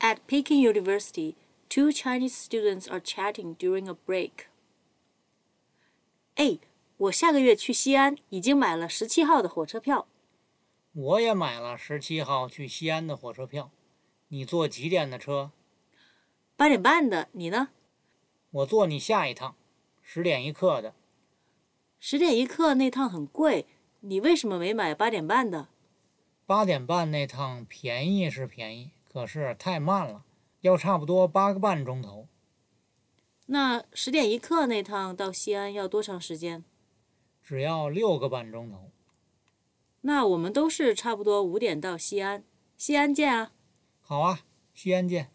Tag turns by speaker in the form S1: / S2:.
S1: At Peking University, two Chinese students are chatting during a break. 哎，我下个月去西安，已经买了十七号的火车票。
S2: 我也买了十七号去西安的火车票。你坐几点的车？
S1: 八点半的，你呢？
S2: 我坐你下一趟，十点一刻的。
S1: 十点一刻那趟很贵，你为什么没买八点半的？
S2: 八点半那趟便宜是便宜，可是太慢了，要差不多八个半钟头。
S1: 那十点一刻那趟到西安要多长时间？
S2: 只要六个半钟头。
S1: 那我们都是差不多五点到西安，西安见啊！
S2: 好啊，西安见。